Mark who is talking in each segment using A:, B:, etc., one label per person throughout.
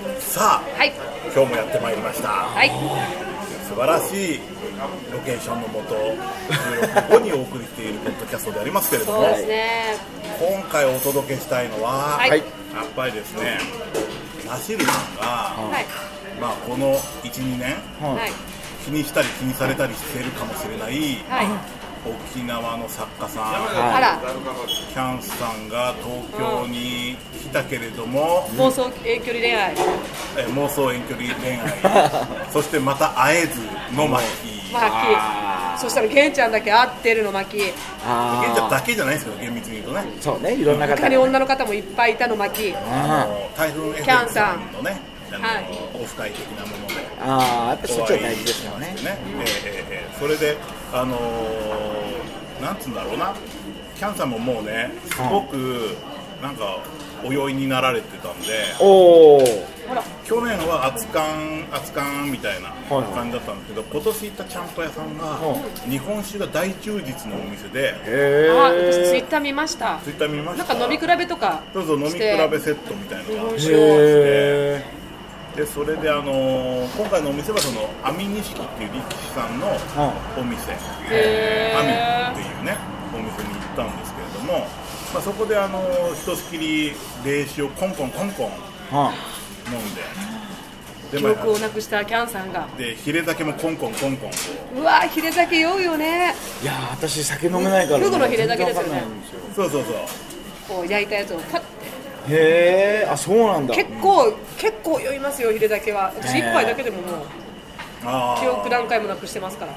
A: はい
B: 今日もやってまいりました、
A: はい
B: 素晴らしいロケーションのもと収録後にお送りしているポッドキャストでありますけれども
A: そうですね
B: 今回お届けしたいのは、
A: はい
B: やっぱりですねナシルさんが、
A: はい
B: まあ、この12年
A: はい
B: 気にしたり気にされたりしてるかもしれない、
A: はい
B: 沖縄の作家さん、
A: あら
B: キャンスさんが東京に来たけれども、
A: 妄想遠距離恋愛
B: え妄想遠距離恋 愛そしてまた会えずの巻
A: マキそしたらケンちゃんだけ会ってるのマキ
B: 現
C: あ
B: 在だけじゃないですけど厳密に言うとね
C: ーそうねいろんな方
A: 他に女の方もいっぱいいたのマキ
B: あ
C: あ
B: の台風 f
A: キャン
B: m
A: さ
B: さ
A: ん
B: んのねあの、
A: はい
B: オフ会的なもので
C: ーあーやっぱりそっちは
B: お会
C: 大
B: い
C: 事ですよね
B: してね、ええええええそれであのーなんつうんだろうなキャンさんももうねすごくなんかお酔いになられてたんで
C: おお
A: ほら
B: 去年は熱燗熱燗みたいな感じだったんですけど、今年行ったちゃんこ屋さんが、
C: は
B: 日本酒が大充実のお店で
C: へ
A: あ
C: え
A: 私ツイッター見ました
B: ツイッター見まし
A: なん
B: た
A: か飲み比べとか
B: そうそう飲み
A: し
B: 比
A: て
B: べセットみたいなのが
A: 日
C: へ
B: でそれであのー今回のお店はその網錦っていう力士さんのお店
A: へー
B: 網っていうねお店に行ったんですけれども、まあ、そこであのーひとしきり冷酒をコンコンコンコン
C: は
B: 飲んでで
A: 記
B: まあ
A: 憶をなくしたキャンさんが
B: でヒレ酒もコンコンコンコンこ
A: うわーヒレ酒酔うよね
C: いやー私酒飲めないからね
A: フグのヒレだけですよね
C: 全然わかんないんですよ
B: うそうそうそう
A: こう焼いたやつをパッ
C: へえあそうなんだ
A: 結構結構酔いますよヒレ酒は私
C: ね
A: 一杯だけでももう
B: あー
A: 記憶何回もなくしてますから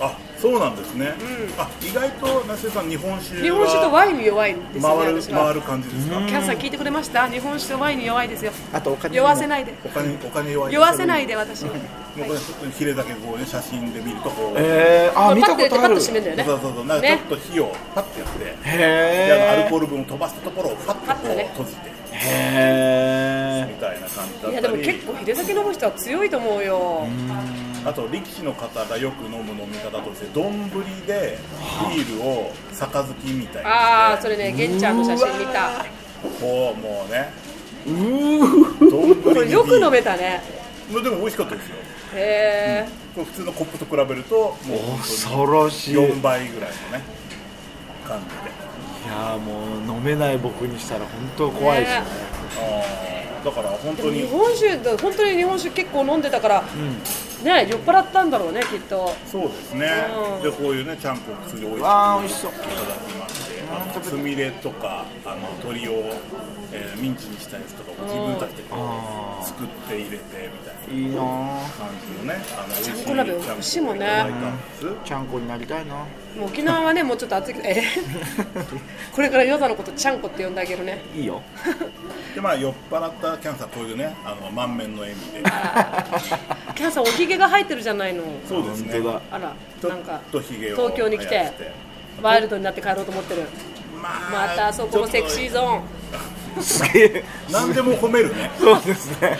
B: あそうなんですね、あ意外と梨江さん日本酒は
A: 日本酒とワインに弱いんですよね
B: 回る
A: 私は
B: 回る感じですか、
A: キャンさん聞いてくれました日本酒とワインに弱いですよ
C: あとお金
A: 酔わせ
C: い
A: ないで
B: お金お金弱い
A: 酔わせないで私は
B: もうこれヒレだけこうね写真で見るとこう、
C: へえあー見
A: パ
C: た
A: ッと
C: こ
A: やって
C: と
A: パ
C: あ
A: ッ
C: る
A: と閉めるんだ
B: そ
A: よ
B: う
A: ね
B: そうそうなんかちょっと火をパッてやって、
C: へ
B: であのアルコ
C: え
B: ール分を飛ばしたところをパッと
A: パッと
B: こう
A: ね
B: 閉じて
C: へ
B: みたいな感じだったり
A: いやでも結構ヒレ酒飲む人は強いと思うよ
B: あと力士の方がよく飲む飲み方として丼でビールを杯みたいに
A: ああ
B: し
A: そ
B: て
A: れねゲンちゃんの写真見た
B: こうもうね
C: えうー
B: 丼にビ
A: こ
B: ー
A: れ
B: ル
A: よく飲めたね
B: でも美味しかったですよ
A: へえ
B: これ普通のコップと比べるともう本当に
C: 恐ろしいいや
B: 4倍ぐらいのね感じで
C: ーもう飲めない僕にしたら本当怖いですね
A: ね
B: あーだから本当
A: 日
B: に
A: 本酒だ本当に日本酒結構飲んでたからね酔っ払ったんだろうねきっと
B: そうですね
A: うん
B: でこういうねちゃんぽん普通に美味しく
C: わあ美味しそう
B: いただきましてあのつみれとかあの鶏を、えーミンチにしたやつとかを自分たちでこ
C: あ
B: う作って入れてみたいない
C: いなー
B: 感じのねあの美味しい
A: ちゃんこ鍋美味しいもん
B: ち
A: ね
B: ゃんこをいただいたんです
C: ちゃんこになりたいな
A: もう沖縄はねもうちょっと暑いけ どえこれからヨザのことちゃんこって呼んであげるね
C: いいよ
B: でまあ酔っ払ったキャンサーこういうねあの満面の笑み で
A: キャンさんおひげが生えてるじゃないの
B: そうですね
C: 本当だ
A: あら
B: ちょ
A: なんか
B: っとひげを
A: 東京に来て
B: 生やして
A: ワイルドになって帰ろうと思ってる
B: ま
A: またあそこのセクシーゾーン
C: すげえ
B: 何でも褒めるね
C: そうですね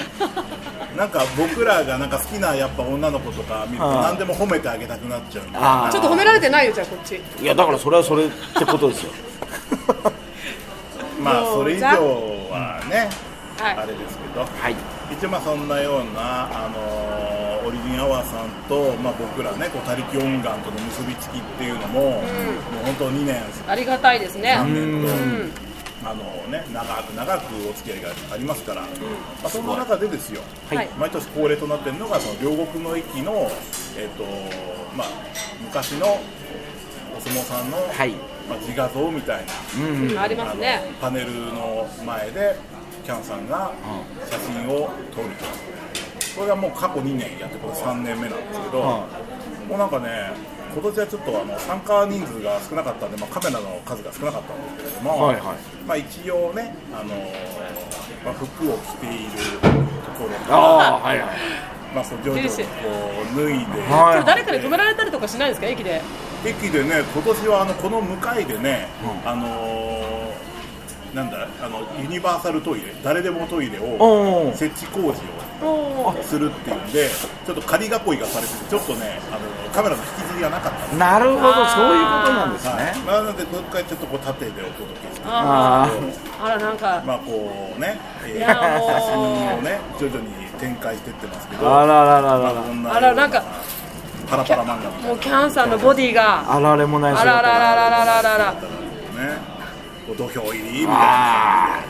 B: なんか僕らがなんか好きなやっぱ女の子とか見ると
C: あー
B: 何でも褒めてあげたくなっちゃうんで
C: あ
A: ちょっと褒められてないよじゃあこっち
C: いやだからそれはそれってことですよ
B: まあ
A: もう
B: それ以上はね、
A: はい
B: あれですけど
C: はい
B: 一応まあそんなような、あのーオリジンアワーさんと、まあ、僕らねこう他力音楽との結びつきっていうのも、もう本当2年
A: ありがたいですね
B: 3年と、あのね、長く長くお付き合いがありますから、まあ、その中でですよ、
A: はいはい
B: 毎年恒例となっているのがその両国の駅の、えっとまあ、昔のお相撲さんの、
C: はい
B: まあ、自画像みたいな。
A: うんありますね
B: あのパネルの前でキャンさんが写真を撮るとこれがもう過去2年やってこれ3年目なんですけど、
C: うん
B: もうなんかね今年はちょっとあの参加人数が少なかったんで、まあ、カメラの数が少なかったんですけれども、
C: はいはい
B: まあ、一応ね、あのーまあ、服を着ているところ
C: ああはいはい
B: まあ、そう徐々にこう脱いで、
A: そ
C: は
A: れ
C: い
A: 誰かに止められたりとかしないんですか駅で
B: 駅でね、今年はあのこの向かいでね、あのーなんだあの、ユニバーサルトイレ、誰でもトイレ
C: お
B: を
C: ー
B: 設置工事
A: おお
B: をするっていうんで、ちょっと仮囲いがされてて、ちょっとね、あのカメラの引きずりがなかったんで
C: なるほどそういうことなんです
B: す、はい
C: ね
B: まあ、なので、もう一回ちょっとこう縦でお届けして、
A: あ
C: あ
A: ーあらなんか
B: まあこうね、えー
A: いやもう
B: 写真をね、徐々に展開してってますけど
C: あらららら
B: まあこ
C: ら
B: んな
A: あらなんか
B: パラパラ漫画みたい
A: もうキャンさんのボディが
C: あられもない
A: あらららららららら
B: なねお土俵入りみたいな
C: あ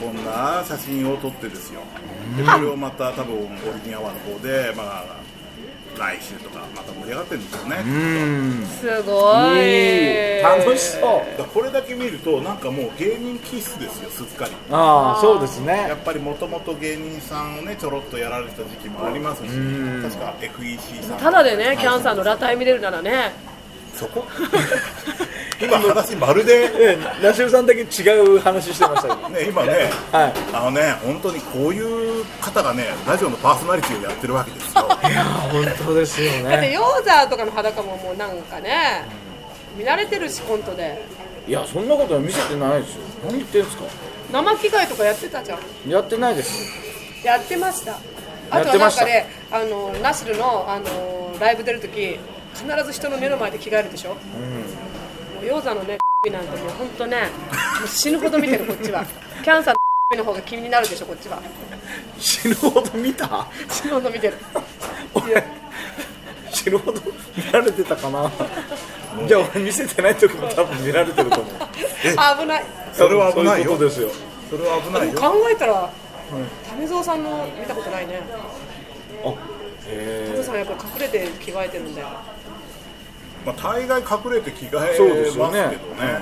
B: こんな写真を撮ってですよでこれをまた多分オリジンアワーの方でまあ来週とかまた盛り上がってるんですよね
C: うーん
A: すごい
C: いい楽しそう
B: だからこれだけ見るとなんかもう芸人気質ですよすっかり
C: ああそうです
B: やっ
C: ね
B: ぱりもともと芸人さんをねちょろっとやられてた時期もありますし確か FEC さん
A: ただでねキャンさんの裸体見れるならね
B: そこ 今話まるで
C: ええナシルさんだけ違う話してましたけど
B: ね今ね
C: はい
B: あのね本当にこういう方がねラジオのパーソナリティをやってるわけ ですよ
C: 本当ですよ
A: だって
C: ね
A: ヨーザーとかの裸ももうなんかね見慣れてるしコントで
C: いやそんなことは見せてないですよ何言ってんすか
A: 生着替えとかやってたじゃん
C: やってないです
A: やってましたあ
C: や
A: とは
C: って
A: な
C: ま
A: ん
C: し
A: か
C: た
A: ねあのナスルのあのライブ出るとき必ず人の目の前で着替えるでしょ、もうヨーザのね なんてもう本当ねもう死ぬほど見てるこっち はキャンさんのの方が気になるでしょこっちは
C: 死ぬほど見た
A: 死ぬほど見てる
C: 俺死ぬほど見られてたかなじゃあ俺見せてないとこも多分見られてると思う
A: 危ない
B: それは危ないよ
C: そういうことですよ
B: それは危ない
A: でも
B: よ
A: 考えたら為蔵さんの見たことないね
C: あへ
A: 為蔵さんやっぱ隠れて着替えてるんだよ
B: まあ大概隠れて着替えますけ
C: そ
B: ど
C: うですよね
B: ね
C: え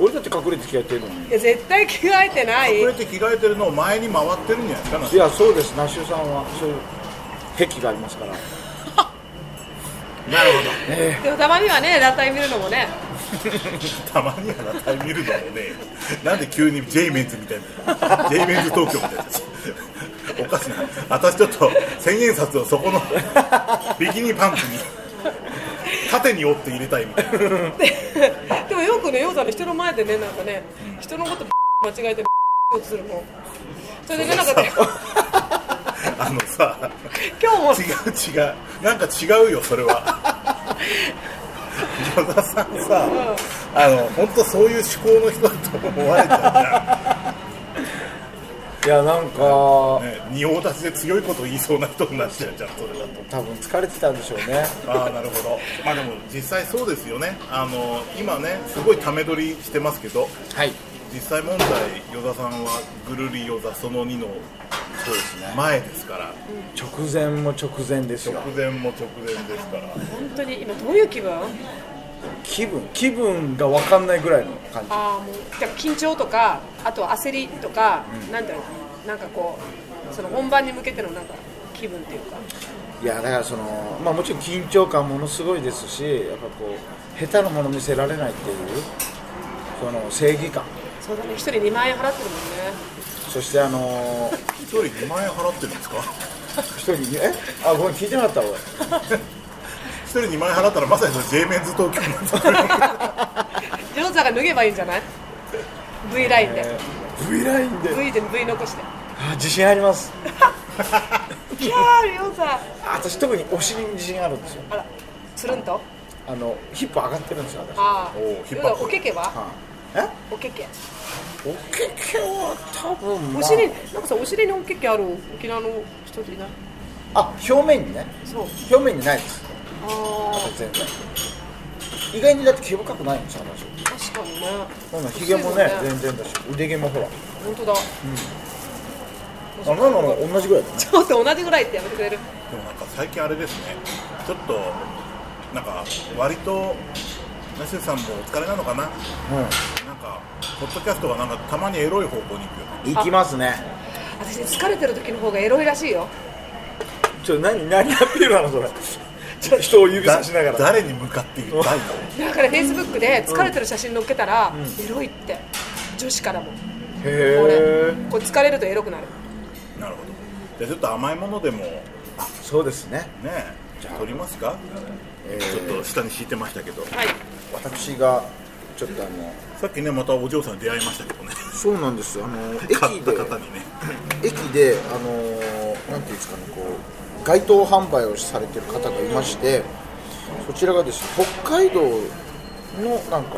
C: 俺だって隠れて着替えてるのに
A: いや絶対着替えてない
B: 隠れて着替えてるのを前に回ってるんじゃないですかなんか
C: いやそうですナッシュさんはそういう癖がありますから
B: なるほど
A: でもたまにはね裸体見るのもね
B: たまにはなタイ見るのもねなんで急に J メンズみたいな J メンズ東京みたいなおかしいな私ちょっと千円札をそ このビキニパンツに縦に折って入れたいみたいな
A: でもよくね、ヨウさんね、人の前でね、なんかね、人のこと間違え てことするもん。 それでね、なんかね、
B: あのさ
A: 今日
B: 違
A: も
B: う違うなんか違うよそれは与田さんさあの本当そういう思考の人だと思われちゃ
C: いやなんか
B: うじゃんね仁王立ちで強いこと言いそうな人になっちゃうじゃんそれだと。
C: 多分疲れてたんでしょうね
B: ああなるほどまあでも実際そうですよねあの今ねすごいため撮りしてますけど
C: はい
B: 実際問題与田さんはぐるり与田その2の
C: そうですね
B: 前ですから
C: 直前も直前ですよ
B: 直前も直前ですから
A: 本当に今どういう気分？あ
C: 気分気分が分かんないぐらいの感じ
A: あもうじゃあ緊張とか、あとは焦りとか、なんだろう、なんかこうその本番に向けてのなんか気分っていうか。
C: いやだからそのまあもちろん緊張感ものすごいですしやっぱこう下手なもの見せられないっていうその正義感
A: そうだね、一人2万円払ってるもんね。
C: そしてあのー
B: 1人2万円払ってるんですか
C: 一人にえあごめん聞いてなかった俺
B: 1人2万円払ったらまさにそれ J メンズ東京になっちゃう
A: ヨウさんが脱げばいいんじゃない？V ラインで、
C: えー V ラインで
A: V で V 残して。
C: あ自信あります
A: キャーヨウさん、
C: あ私特にお尻に自信あるんですよ
A: あら、つるんと。
C: あのヒップ上がってるんですよ私
A: ああ、
B: おう引っ張る
A: ヨウさんおけけは？
C: はいえ
A: おけけ。
C: おけけは多分、まあ、
A: お尻なんかさお尻におけっけある沖縄の人っていない
C: あ表面にね
A: そう
C: 表面にないです
A: あ
C: 全然意外にだって毛深くないんですよ私
A: あ確かにね
C: なんだひげもね全然だし腕毛もほら
A: 本当だ
C: あなんだろう同じぐらいだね
A: ちょっと同じぐらいってやめてくれる
B: でもなんか最近あれですねちょっとなんか割とナシュさんもお疲れなのかななんかポッドキャストがなんかたまにエロい方向に行くよね
C: うん行きますね
A: 私ね疲れてる時の方がエロいらしいよ
C: ちょ何何アピールなのそれ ちょ人を指
B: だ
C: さしながら
B: 誰に向かって言ったいの
A: だからフェイスブックで疲れてる写真載っけたら、エロいって女子からもこれ
C: へえ
A: これ疲れるとエロくなる
B: なるほど。じゃあちょっと甘いものでもね
C: そうですね
B: 取りますか、
C: え
B: ちょっ
C: ー
B: と下に敷いてましたけど、
A: はい
C: 私がちょっとあの
B: さっきねまたお嬢さんに出会いましたけどね。
C: そうなんですあの
B: 買
C: 駅
B: った
C: で
B: 方にね。
C: 駅であのーなんていうんですかねこう街頭販売をされてる方がいましてそちらがですね北海道のなんか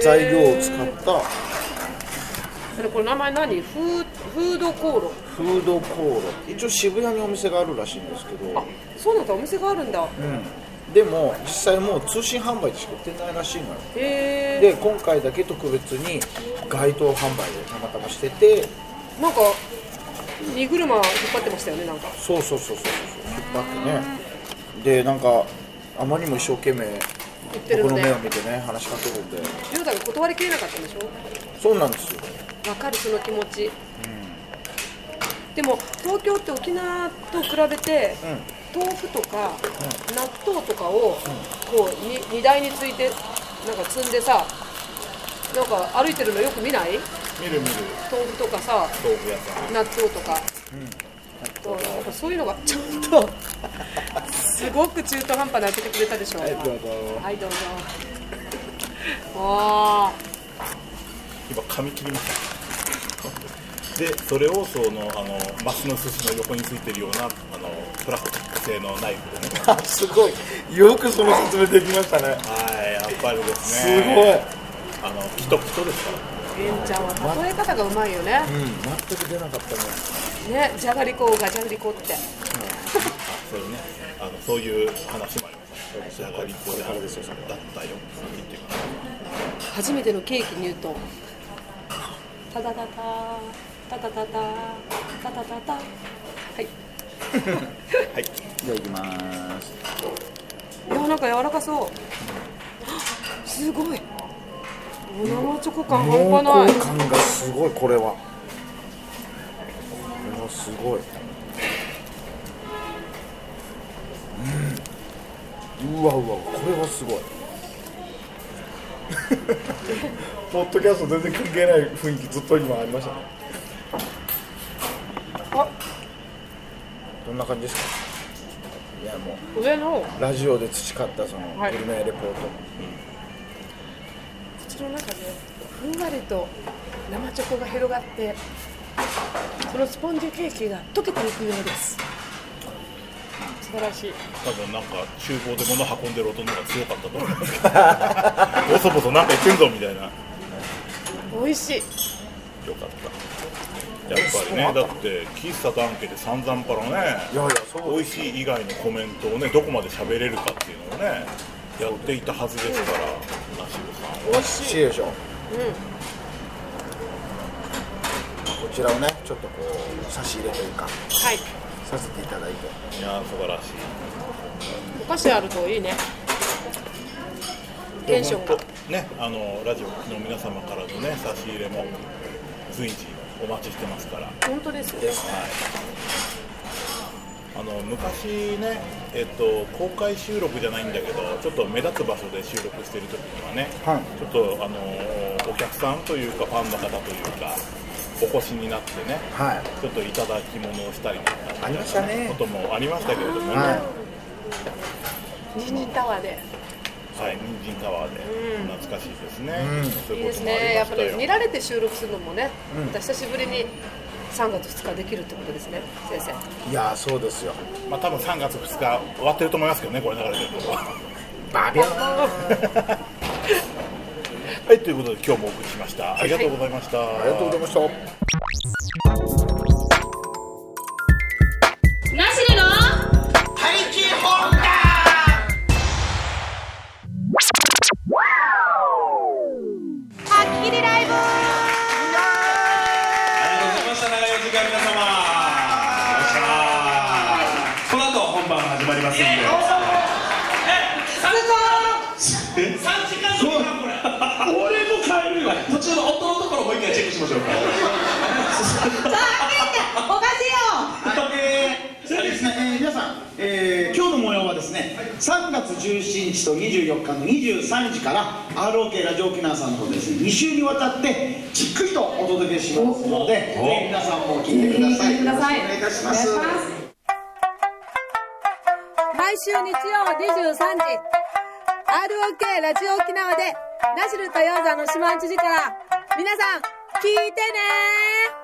C: 材料を使った
A: あのこれ名前何フーフードコーロ
C: フードコーロ一応渋谷にお店があるらしいんですけど
A: あそうなんだお店があるんだ、へ
C: でも実際もう通信販売でしか売ってないらしいのよ
A: え
C: で今回だけ特別に街頭販売をたまたましてて
A: なんか荷車引っ張ってましたよねなんか
C: そうそうそうそうそう引っ張ってねでなんかあまりにも一生懸命
A: 売ってる
C: 僕
A: の
C: の
A: で
C: 目を見てね話しかけるんで
A: 亮太が断りきれなかったんでしょ
C: そうなんですよ
A: わかるその気持ち、でも東京って沖縄と比べて、豆腐とか、納豆とかを、こうに荷台についてなんか積んでさなんか歩いてるのよく見ない
B: 見る見る
A: 豆腐とかさ
B: 豆腐屋さん
A: 納豆とか、そうやっぱそういうのがちょっとすごく中途半端な開けてくれたでしょはい
C: どうぞ
A: どうぞわあ
B: 今噛み切りましたでそれをそのあのマスの寿司の横についてるようなあのプラスチック製のナイフでね
C: すごいよくその説明できました
B: は
C: ね
B: いやっぱりです
C: す
B: ね
C: ごい、
B: あのキトキトですから
A: えんちゃんは例え方がうまいよね、
C: うん、全く出なかったね
A: ねじゃがりこがじゃがりこって
B: あそういうねあのそういう話もありましたじゃがりこだだっ
C: これからですよそれ
B: たよっていうか
A: 初めてのケーキ入刀タタタタタタタタタタタタはい
B: はい
C: じゃあいきます
A: いやなんか柔らかそうすごいお生チョコ感
C: 濃
A: 半端
C: 厚
A: ない
C: 感がすごいこれはこれはすごいうんうわうわこれはすごい ポッドキャスト全然関係ない雰囲気ずっと今ありましたね
A: あ
C: どんな感じですかいやも
A: 上のこ
C: うラジオで培ったそのグ
A: はい
C: ルメレポート、
A: 口の中でふんわりと生チョコが広がってそのスポンジケーキが溶けていくようです素晴らしい
B: 多分なんか厨房で物運んでる音の方が強かったと思いますけどボソボソなんか言ってんぞみたいなよ
A: 美味しい
B: かったやっぱりねだって喫茶ダンケで散々パラね
C: いやいやそう
B: 美味しい以外のコメントをねどこまで喋れるかっていうのをねやっていたはずですからなしごさん
A: 美味
C: 美味
A: し
C: し
A: い
C: いでしょ、こちらをねちょっとこう差し入れというか
A: はい
C: させていただいて
B: いやー素晴らしい
A: お菓子あるといいねテンションが
B: 本当ねあのラジオの皆様からのね差し入れも随時お待ちしてますから
A: 本当ですよ
C: ですね
B: あの昔ね、えっと、公開収録じゃないんだけどちょっと目立つ場所で収録してる時にはね、
C: はい
B: ちょっとあのお客さんというかファンの方というかお越しになってね
C: はい
B: ちょっといただき物をしたりとか
C: ありましたね
B: こともありましたけれどもね、は
C: はい
A: ニンジンタワーで
B: い、人参タワーで懐かしいですね、
C: うん
B: そう
A: い
B: い
A: い
B: う
A: で
B: こ
A: す
B: ともあ
A: ね
B: り
A: や
B: ま
A: っぱ
B: した
A: り
B: よ、
A: 見られて収録するのもね、また久しぶりに3月2日できるってことですね先生
C: いやーそうですよ
B: まあ多分3月2日終わってると思いますけどねこれ流れてると
C: バビャン
B: はいということで今日もお送りしましたありがとうございました、
C: ありがとうございました
D: なしでの
E: はっきりライブ
F: ありがとうございました長いお時間皆様この後本番始まりますんでえ3時間後かこれ俺も帰るよ途中の音のところもう一回チェックしましょうか
E: さあ、おかしいよ
G: えーそれでですね、えー皆さん、えー今日の模様はですね、3月17日と24日の23時から ROK ラジオ沖縄さんの方でですね、2週にわたってじっくりとお届けしますので、ぜひ皆さんも聞いてください。
E: 聞いてください
G: よろしくお願いいたします。
E: お願いします
H: 毎週日曜23時 ROK ラジオ沖縄でナシルとヨーザの島内時から皆さん聞いてねー